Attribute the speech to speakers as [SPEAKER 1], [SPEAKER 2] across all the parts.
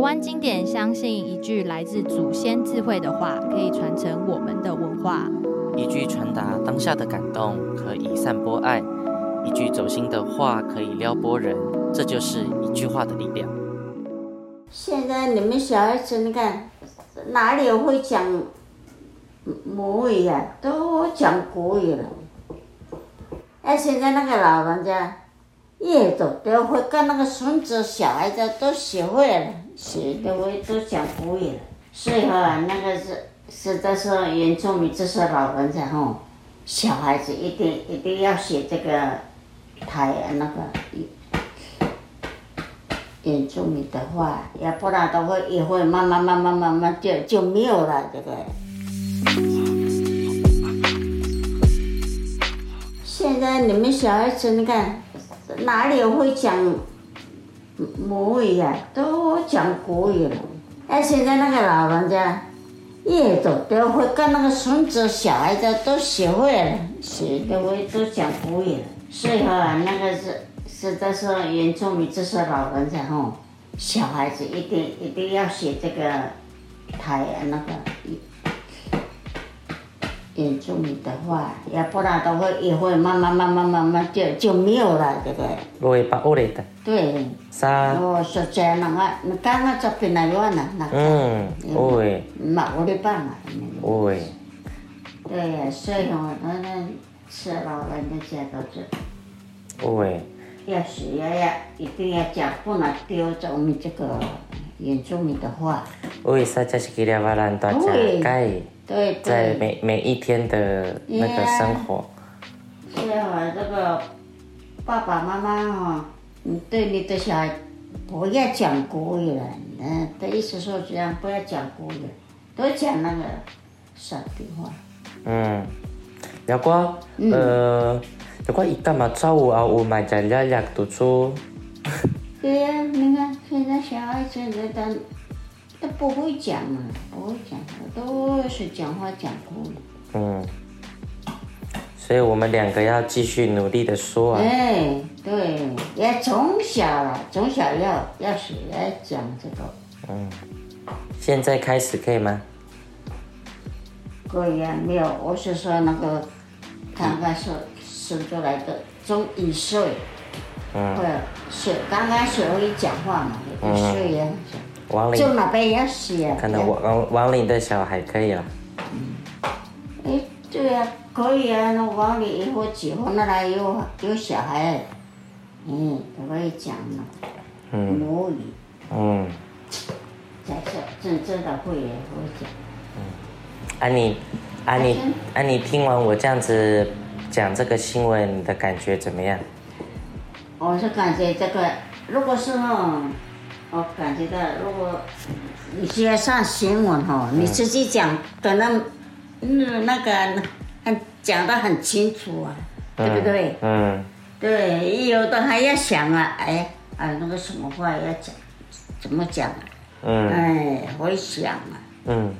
[SPEAKER 1] 湾经典相信一句来自祖先智慧的话，可以传承我们的文化。
[SPEAKER 2] 一句传达当下的感动，可以散播爱；一句走心的话，可以撩拨人。这就是一句话的力量。
[SPEAKER 3] 现在你们小孩子，你看哪里会讲母语呀、都会讲国语了。哎，现在那个老人家，阅读都会跟那个孙子、小孩子都学会了，学都会都讲国语了。所以啊，那个是实在是原住民这些老人家哦，小孩子一定一定要学这个台那个原住民的话，要不然的话也会慢慢慢慢慢慢就就没有了这个。现在你们小孩子，你看哪里会讲母语呀、都讲国语了。哎，现在那个老人家，阅读都会跟那个孙子、小孩子都学会了，学都会都讲国语了。所以啊，那个是实在是原住民这些老人家哦，小孩子一定一定要学这个台啊那个原住民的话，要不然的话也会慢慢慢慢慢慢就就没有了这个。
[SPEAKER 2] 罗伊巴欧雷的
[SPEAKER 3] 对，
[SPEAKER 2] 沙，
[SPEAKER 3] 我说这样啊，你刚刚这边那个呢，那个，
[SPEAKER 2] 嗯，喂
[SPEAKER 3] 那我的爸嘛，那个
[SPEAKER 2] 喂，
[SPEAKER 3] 对呀，所以我那那吃老人的家都是
[SPEAKER 2] 喂，
[SPEAKER 3] 要学要要一定要讲，不能丢着我们这个原住民的话。
[SPEAKER 2] 喂，沙加西吉列瓦兰大家
[SPEAKER 3] 喂
[SPEAKER 2] 盖，
[SPEAKER 3] 对
[SPEAKER 2] 在
[SPEAKER 3] 对，
[SPEAKER 2] 每每一天的那个生活，
[SPEAKER 3] 所以我这个爸爸妈妈哦，你对你的小孩不要讲国语了，嗯，的意思说这样不要讲国语，都讲那个陕地话。
[SPEAKER 2] 嗯，然后呃，然后伊干嘛照顾啊？我买家家家读书，
[SPEAKER 3] 对呀、你看现在小孩子的他都不会讲啊，不会讲，都是讲话讲不了。
[SPEAKER 2] 嗯，所以我们两个要继续努力的说啊。
[SPEAKER 3] 哎，对，也从小了，从小要要学要讲这个，
[SPEAKER 2] 现在开始可以吗？
[SPEAKER 3] 可以啊，没有，我是说那个刚刚说生出来的中一岁，
[SPEAKER 2] 嗯
[SPEAKER 3] 会学刚刚学会讲话嘛，一岁呀，
[SPEAKER 2] 王
[SPEAKER 3] 就
[SPEAKER 2] 林，
[SPEAKER 3] 那边也学啊，
[SPEAKER 2] 嗯看到王王王林的小孩可以了。
[SPEAKER 3] 哎，对呀、可以啊。那往里以后结婚了啦，有有小孩，哎嗯，都会讲了，母语，
[SPEAKER 2] 嗯，
[SPEAKER 3] 才是真正的会也会讲。
[SPEAKER 2] 安、妮，安、妮，安、妮，听完我这样子讲这个新闻，你的感觉怎么样？
[SPEAKER 3] 我是感觉哦这个，如果是哦，我感觉到如果你接上新闻哦，你自己讲的那，嗯，那个很讲的很清楚啊，对不对？
[SPEAKER 2] 嗯
[SPEAKER 3] 对，有的还要想啊，哎哎，那个什么话要讲，怎么讲啊？
[SPEAKER 2] 嗯
[SPEAKER 3] 哎，会想啊，
[SPEAKER 2] 嗯。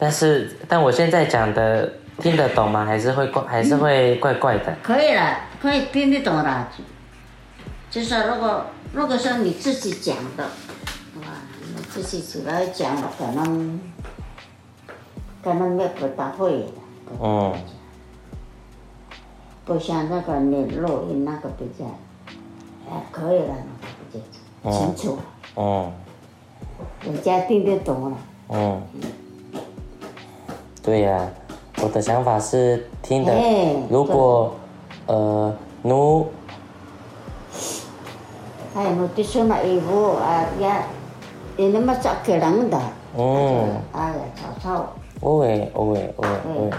[SPEAKER 2] 但是，但我现在讲的听得懂吗？还是会
[SPEAKER 3] 嗯
[SPEAKER 2] 怪，还是会怪怪的。
[SPEAKER 3] 可以了，可以听得懂了。就就是如果如果说你自己讲的，哇，你自己起来讲了，可能可能也不大会的，
[SPEAKER 2] 嗯
[SPEAKER 3] 不像那个你录音那个比较，哎，可以了，那个比较清哦楚，
[SPEAKER 2] 嗯
[SPEAKER 3] 人家听得懂了。
[SPEAKER 2] 嗯。对呀、我的想法是听的。
[SPEAKER 3] 哎
[SPEAKER 2] 如果呃，奴
[SPEAKER 3] 哎，我就说那衣服啊呀，你那么早给人的，
[SPEAKER 2] 嗯，
[SPEAKER 3] 哎呀，曹操，
[SPEAKER 2] 喂喂喂
[SPEAKER 3] 哎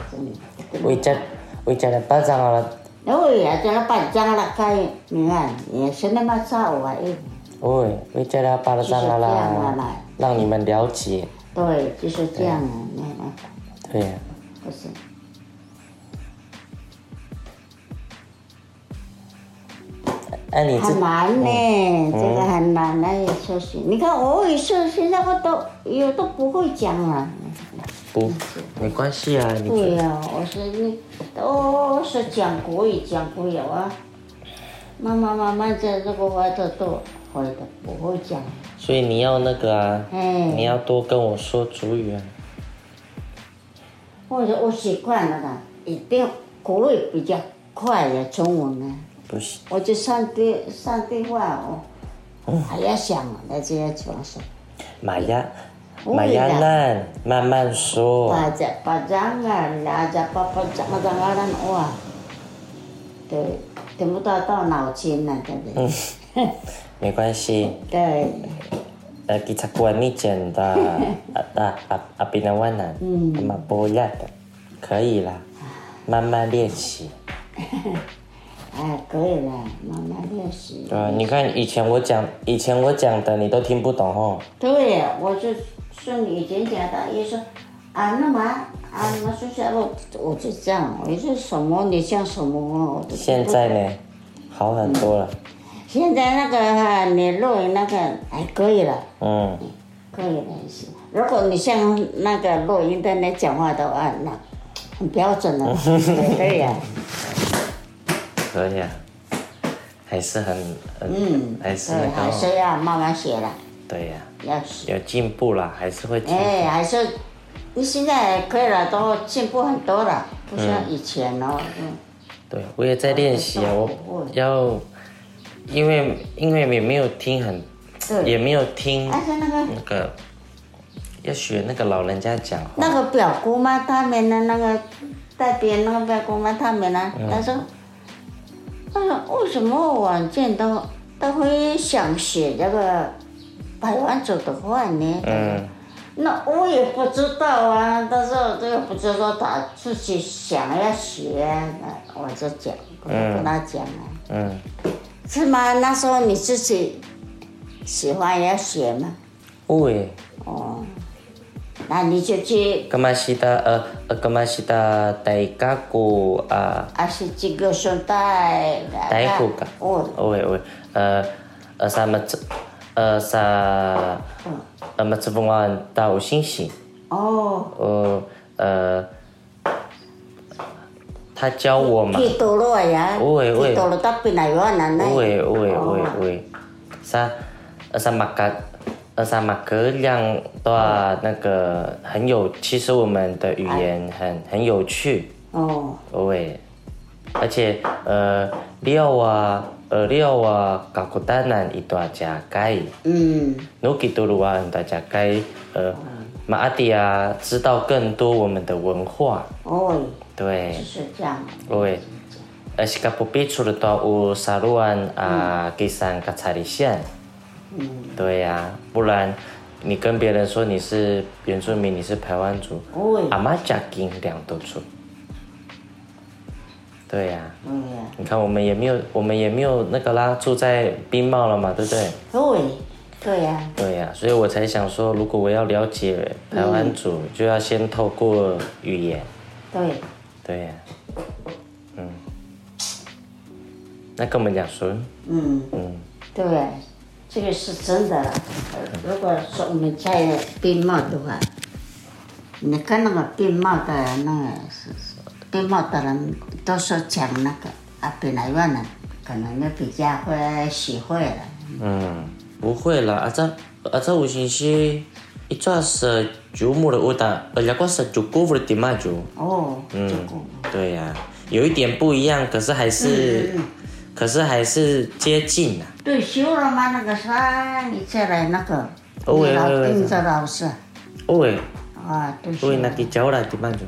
[SPEAKER 2] 喂，，
[SPEAKER 3] 真
[SPEAKER 2] 为家
[SPEAKER 3] 的。
[SPEAKER 2] 为家的巴掌啊，
[SPEAKER 3] 对呀，这个板张了开，你看也是那么造啊，哎，
[SPEAKER 2] 喂为家的巴掌啊
[SPEAKER 3] 就是这样啊
[SPEAKER 2] 啦
[SPEAKER 3] 来，
[SPEAKER 2] 让你们了解，
[SPEAKER 3] 对，就是这样啊，你看，
[SPEAKER 2] 对呀、
[SPEAKER 3] 不是，
[SPEAKER 2] 哎、你嗯自
[SPEAKER 3] 很难呢，这个很难呢，也说是，你看我也是现在我都有都不会讲了，
[SPEAKER 2] 不没关系啊，你
[SPEAKER 3] 对
[SPEAKER 2] 就
[SPEAKER 3] 呀、我说你都是讲国语，讲国语啊，慢慢慢慢这这个话都都会的，不会讲。
[SPEAKER 2] 所以你要那个啊，
[SPEAKER 3] 哎，
[SPEAKER 2] 你要多跟我说主语啊。
[SPEAKER 3] 我我习惯了的，一定国语比较快的中文呢。
[SPEAKER 2] 不是，
[SPEAKER 3] 我就上对上对话哦，还要想那这些床上，
[SPEAKER 2] 玛雅，
[SPEAKER 3] 不会的
[SPEAKER 2] 玛雅烂，慢慢说。
[SPEAKER 3] 巴扎巴扎啊，拉扎巴巴扎巴扎啊，那哇，对，听不到到脑筋了，对不对？
[SPEAKER 2] 没关系，
[SPEAKER 3] 对，
[SPEAKER 2] 呃，给他管你讲的，啊啊啊啊，别人万难，嗯，嘛不要的，可以啦，慢慢练习。
[SPEAKER 3] 哎，可以了，慢慢练习。
[SPEAKER 2] 对啊，你看以前我讲，以前我讲的你都听不懂哦。
[SPEAKER 3] 对，我就顺以前讲的，一说啊那么啊那说下我我就这样，我说什么你像什么我都
[SPEAKER 2] 现在呢，好很多了。
[SPEAKER 3] 现在那个啊你录音那个还可以了，
[SPEAKER 2] 嗯，
[SPEAKER 3] 可以了行。如果你像那个录音的那讲话的话，那很标 准了，对呀、
[SPEAKER 2] 可以啊，还是很，嗯
[SPEAKER 3] 嗯，，
[SPEAKER 2] 还是
[SPEAKER 3] 对
[SPEAKER 2] 那个
[SPEAKER 3] 还
[SPEAKER 2] 哦，
[SPEAKER 3] 是要慢慢学了，
[SPEAKER 2] 对呀、
[SPEAKER 3] 要学。
[SPEAKER 2] 有进步啦，还是会进步。
[SPEAKER 3] 哎，还是你现在可以了，都进步很多了，不像以前哦，嗯
[SPEAKER 2] 对，我也在练习啊，
[SPEAKER 3] 哦
[SPEAKER 2] 我要，因为因为也没有听很，
[SPEAKER 3] 对
[SPEAKER 2] 也没有听
[SPEAKER 3] 而且哎那个
[SPEAKER 2] 那个，要学那个老人家讲话。
[SPEAKER 3] 那个表姑妈他们的那个代边那个表姑妈他们
[SPEAKER 2] 嗯
[SPEAKER 3] 呢，他说，他说哎为什么晚间都都会想写这个台湾族的话呢？
[SPEAKER 2] 嗯，
[SPEAKER 3] 那我也不知道啊，但是我这个不知道他自己想要学，那我就讲，我就跟他讲啊，
[SPEAKER 2] 嗯，
[SPEAKER 3] 是吗？那时候你自己喜欢要学吗？
[SPEAKER 2] 喂，
[SPEAKER 3] 哦，那你就去
[SPEAKER 2] 干嘛西达呃呃干嘛西达大家古啊，
[SPEAKER 3] 啊，是这个时代，
[SPEAKER 2] 大家古噶，
[SPEAKER 3] 哦，
[SPEAKER 2] 喂喂，呃呃什么这呃啥呃么这不完到星星。
[SPEAKER 3] 哦，
[SPEAKER 2] 呃呃，他教我嘛，
[SPEAKER 3] 去多了呀，
[SPEAKER 2] 喂喂
[SPEAKER 3] 去多了到边来越南呢，
[SPEAKER 2] 喂喂喂喂，啥呃啥马格呃啥马格量的话，那个很有，其实我们的语言很很有趣，
[SPEAKER 3] 哦，
[SPEAKER 2] 喂，而且呃料啊呃料啊，搞古丹南一段加盖，
[SPEAKER 3] 嗯，
[SPEAKER 2] 努吉多鲁啊大家盖呃。马阿迪啊，知道更多我们的文化，
[SPEAKER 3] 哦，
[SPEAKER 2] 对
[SPEAKER 3] 就。是这样，
[SPEAKER 2] Oi. Eh, sikap pupi sudah tahu saruan ah kisah kacarisan.
[SPEAKER 3] 嗯，
[SPEAKER 2] 对呀、不然你跟别人说你是原住民，你是台湾族，
[SPEAKER 3] 喂，
[SPEAKER 2] 阿妈加金两都出。对呀、
[SPEAKER 3] 对呀，
[SPEAKER 2] 你看我们也没有，我们也没有那个啦，住在冰帽了嘛，对不对？
[SPEAKER 3] 对，对啊呀，
[SPEAKER 2] 对呀、所以我才想说，如果我要了解台湾族，就要先透过语言。
[SPEAKER 3] 对，啊
[SPEAKER 2] 对呀、嗯，那跟我们讲说，
[SPEAKER 3] 嗯，
[SPEAKER 2] 嗯，
[SPEAKER 3] 对，这个是真的。呃如果说我们在边帽的话，你看那个边帽的那个是是边帽的人都是讲那个啊，本来话呢，可能就比较会学会了。
[SPEAKER 2] 嗯，不会啦，啊这啊这有信息，一抓是九母的乌达，呃，两个是九姑父的顶马九，
[SPEAKER 3] 哦，
[SPEAKER 2] 嗯
[SPEAKER 3] 这个
[SPEAKER 2] 啊对呀、有一点不一样，可是还是，可是还是接近啊。
[SPEAKER 3] 对，修了嘛那个啥，你再来那个，
[SPEAKER 2] 哦
[SPEAKER 3] 你老
[SPEAKER 2] 喂喂喂
[SPEAKER 3] 跟着老师
[SPEAKER 2] 哦喂
[SPEAKER 3] 啊，对，修
[SPEAKER 2] 喂，那
[SPEAKER 3] 了，
[SPEAKER 2] 给教了啊顶马九，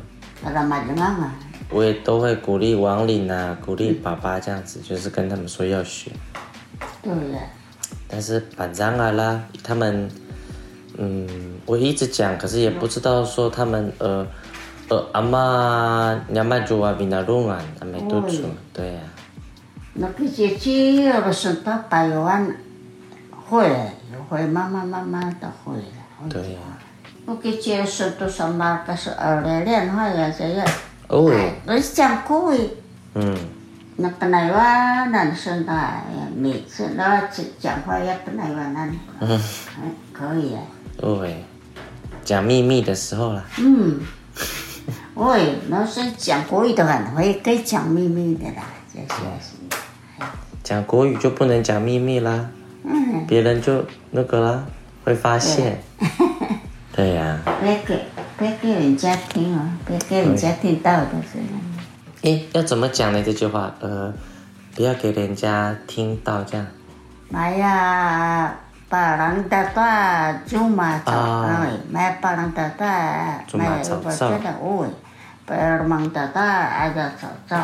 [SPEAKER 3] 那嘛怎么嘛？
[SPEAKER 2] 我也都会鼓励王林啊，鼓励爸爸这样子，就是跟他们说要学。
[SPEAKER 3] 对呀，
[SPEAKER 2] 但是反正啊啦，他们，嗯，我一直讲，可是也不知道说他们呃呃阿妈娘妈就啊比那路啊，阿没多久，对呀、啊
[SPEAKER 3] 那个姐姐要不是到台湾，会了，会慢慢慢慢的会了。
[SPEAKER 2] 对啊呀、
[SPEAKER 3] 我给姐是多少嘛？可是二来恋爱呀，这样，
[SPEAKER 2] 哦，
[SPEAKER 3] 我讲故意，
[SPEAKER 2] 嗯，
[SPEAKER 3] 那本来话男生的，每次那讲话也本来话那，嗯，可以啊，
[SPEAKER 2] 哦喂，讲秘密的时候啦，
[SPEAKER 3] 嗯，喂，那是讲国语的很会，可以讲秘密的啦，这些是，
[SPEAKER 2] 讲国语就不能讲秘密啦，
[SPEAKER 3] 嗯，
[SPEAKER 2] 别人就那个啦，会发现。对啊呀、
[SPEAKER 3] 别给别给人家听啊，别给人家听到的是吧
[SPEAKER 2] 诶，Eh, 要怎么讲呢？这句话，呃，不要给人家听到这样。
[SPEAKER 3] 买呀，把人的大就马走
[SPEAKER 2] 啊
[SPEAKER 3] 哎，买把人的大，
[SPEAKER 2] 就
[SPEAKER 3] 买
[SPEAKER 2] 马
[SPEAKER 3] 我
[SPEAKER 2] 走
[SPEAKER 3] 觉得哦，把人的大挨着走走，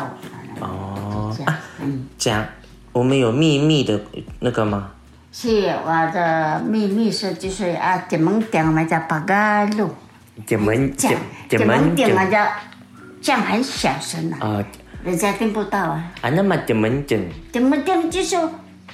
[SPEAKER 2] 哦
[SPEAKER 3] 这样，嗯。
[SPEAKER 2] 讲，我们有秘密的那个吗？
[SPEAKER 3] 是我的秘密是就是啊，怎么讲嘛叫八嘎路，
[SPEAKER 2] 怎么
[SPEAKER 3] 讲怎么讲嘛叫，这样很小声啊，
[SPEAKER 2] 啊
[SPEAKER 3] 人家听不到啊。
[SPEAKER 2] 啊，那么怎么讲？
[SPEAKER 3] 怎么讲就是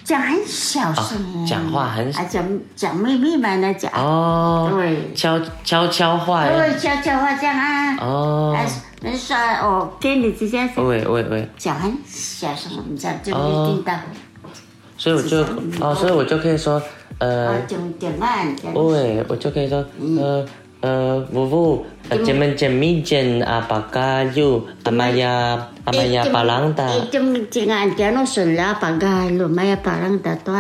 [SPEAKER 3] 讲很小声、
[SPEAKER 2] 啊讲话很
[SPEAKER 3] 啊，讲讲秘密嘛那讲，
[SPEAKER 2] 哦，
[SPEAKER 3] 对，
[SPEAKER 2] 悄悄悄话呀。
[SPEAKER 3] 对，悄悄话这样啊。
[SPEAKER 2] 哦，
[SPEAKER 3] 啊，人说我跟你之间是
[SPEAKER 2] 喂喂喂，
[SPEAKER 3] 讲很小声，人家就没听到。
[SPEAKER 2] 所以我就哦，所以我就可以说，呃
[SPEAKER 3] 啊，，讲讲啊，讲
[SPEAKER 2] 喂，我就可以说，呃呃，我不，怎么怎么讲啊？巴嘎哟，阿玛呀，阿玛呀，巴朗达，
[SPEAKER 3] 哎，中这个俺家那孙了，把个路买呀，把人的多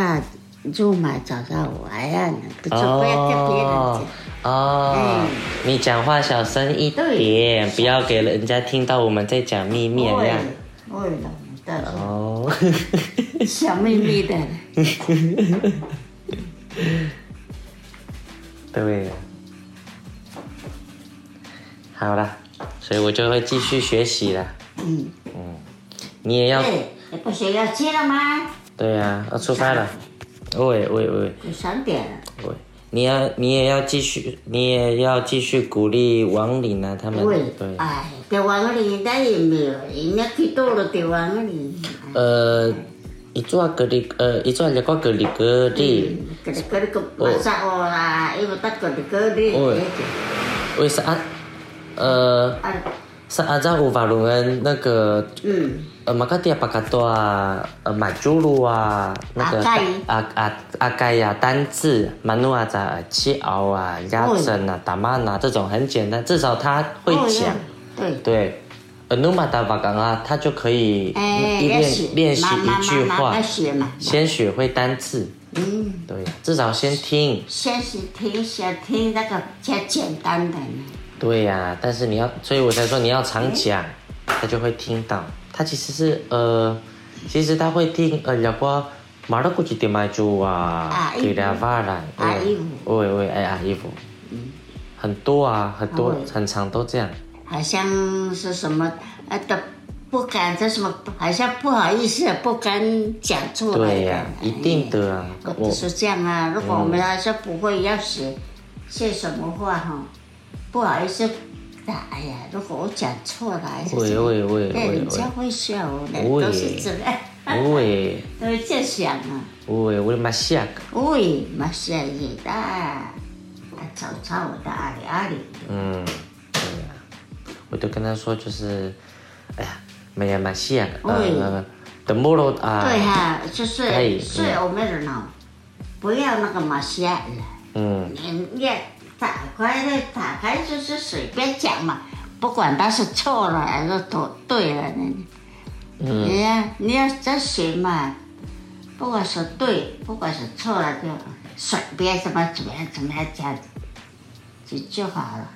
[SPEAKER 3] 就买找到我呀，不就
[SPEAKER 2] Ờ.
[SPEAKER 3] 不要跟别人
[SPEAKER 2] 哦
[SPEAKER 3] 讲。嗯
[SPEAKER 2] 哦，你讲话小声一点，不要给人家听到我们在讲秘密啊这样。
[SPEAKER 3] 为了的
[SPEAKER 2] 哦，
[SPEAKER 3] 小秘密的，
[SPEAKER 2] 对。好了，所以我就会继续学习了。
[SPEAKER 3] 嗯，
[SPEAKER 2] 你也要
[SPEAKER 3] 对，你不是要去了吗？
[SPEAKER 2] 对呀、要出发了。喂喂喂
[SPEAKER 3] 就三点了，
[SPEAKER 2] 喂，你要你也要继续，你也要继续鼓励王林啊他们。
[SPEAKER 3] 喂
[SPEAKER 2] 对，，
[SPEAKER 3] 哎，在往里那也没有，人家去多了，在往里，
[SPEAKER 2] 呃，一做格里，呃，一做一个格里格里，
[SPEAKER 3] 格里格里个马萨哦啦，因为他格里格里，
[SPEAKER 2] 为啥？呃，
[SPEAKER 3] 啊，
[SPEAKER 2] 是按照五法龙恩那个。
[SPEAKER 3] 嗯。
[SPEAKER 2] 呃，马卡蒂亚巴卡多啊，呃，马朱鲁啊，那个
[SPEAKER 3] 阿盖
[SPEAKER 2] 啊啊阿盖呀，单字马努阿扎尔七敖啊，压针啊，达曼啊，这种很简单，至少他会
[SPEAKER 3] Oh,
[SPEAKER 2] 讲。
[SPEAKER 3] 对，
[SPEAKER 2] 对，呃，努马达巴冈啊，他就可以
[SPEAKER 3] 哎，
[SPEAKER 2] 一
[SPEAKER 3] 要
[SPEAKER 2] 练
[SPEAKER 3] 写
[SPEAKER 2] 练习
[SPEAKER 3] 慢慢
[SPEAKER 2] 一句
[SPEAKER 3] 慢慢
[SPEAKER 2] 话
[SPEAKER 3] 要，写嘛，
[SPEAKER 2] 先学会单字。
[SPEAKER 3] 嗯，
[SPEAKER 2] 对，至少先听。
[SPEAKER 3] 先是听，先听那个较简单的呢，
[SPEAKER 2] 对呀、但是你要，所以我才说你要常讲，他就会听到。他其实是呃，其实他会听呃，聊过马拉古吉的麦珠啊，
[SPEAKER 3] 啊
[SPEAKER 2] 给他发啦，
[SPEAKER 3] 啊
[SPEAKER 2] 喂
[SPEAKER 3] 衣服
[SPEAKER 2] 喂喂，哎啊衣服，很多啊，很多
[SPEAKER 3] 啊喂
[SPEAKER 2] 很长都这样。
[SPEAKER 3] 好像是什么啊都不敢，这什么好像不好意思，不敢讲出来的。
[SPEAKER 2] 对呀、一定的啊
[SPEAKER 3] 哎。我
[SPEAKER 2] 我
[SPEAKER 3] 是这样啊，如果我们要是不会要写写什么话哈，不好意思，哎呀，如果我讲错了，还是
[SPEAKER 2] 喂
[SPEAKER 3] 什么
[SPEAKER 2] 喂喂
[SPEAKER 3] 哎
[SPEAKER 2] 喂
[SPEAKER 3] 人家会笑我的，
[SPEAKER 2] 喂
[SPEAKER 3] 都是这样，
[SPEAKER 2] 喂
[SPEAKER 3] 都是这样想啊。
[SPEAKER 2] 喂，我的妈下，
[SPEAKER 3] 喂，马小姨的，啊，吵吵的，阿里阿里，
[SPEAKER 2] 嗯，对呀、我就跟他说就是，哎呀，没呀妈下，呃
[SPEAKER 3] 喂，
[SPEAKER 2] 等莫罗啊，
[SPEAKER 3] 对哈、就是
[SPEAKER 2] 哎
[SPEAKER 3] 是我们人哦，不要那个马小了，
[SPEAKER 2] 嗯。
[SPEAKER 3] 你你打开的打开就是随便讲嘛，不管他是错了还是对对了呢，
[SPEAKER 2] 嗯
[SPEAKER 3] 你呀你要这行嘛，不管是对，不管是错了就随便怎么怎么样怎么样讲，就就好了。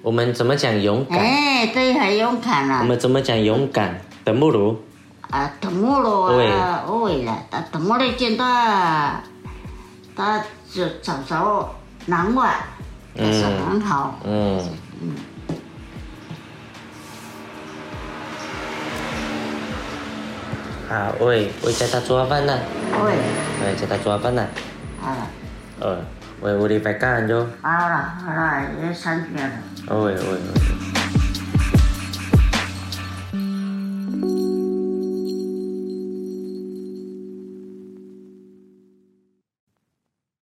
[SPEAKER 2] 我们怎么讲勇敢？
[SPEAKER 3] 哎，对，很勇敢了、
[SPEAKER 2] 我们怎么讲勇敢？等不如
[SPEAKER 3] 啊，怎么了？我为了，啊他怎么了？见到他就找着难怪，但是很好。
[SPEAKER 2] 嗯，好，啊喂，我叫他做饭呢，
[SPEAKER 3] 喂，
[SPEAKER 2] 喂，叫他做饭呢，
[SPEAKER 3] 好了，
[SPEAKER 2] 呃，喂，我的白干就，哦
[SPEAKER 3] 好了，好了，也三点了。
[SPEAKER 2] 喂喂喂。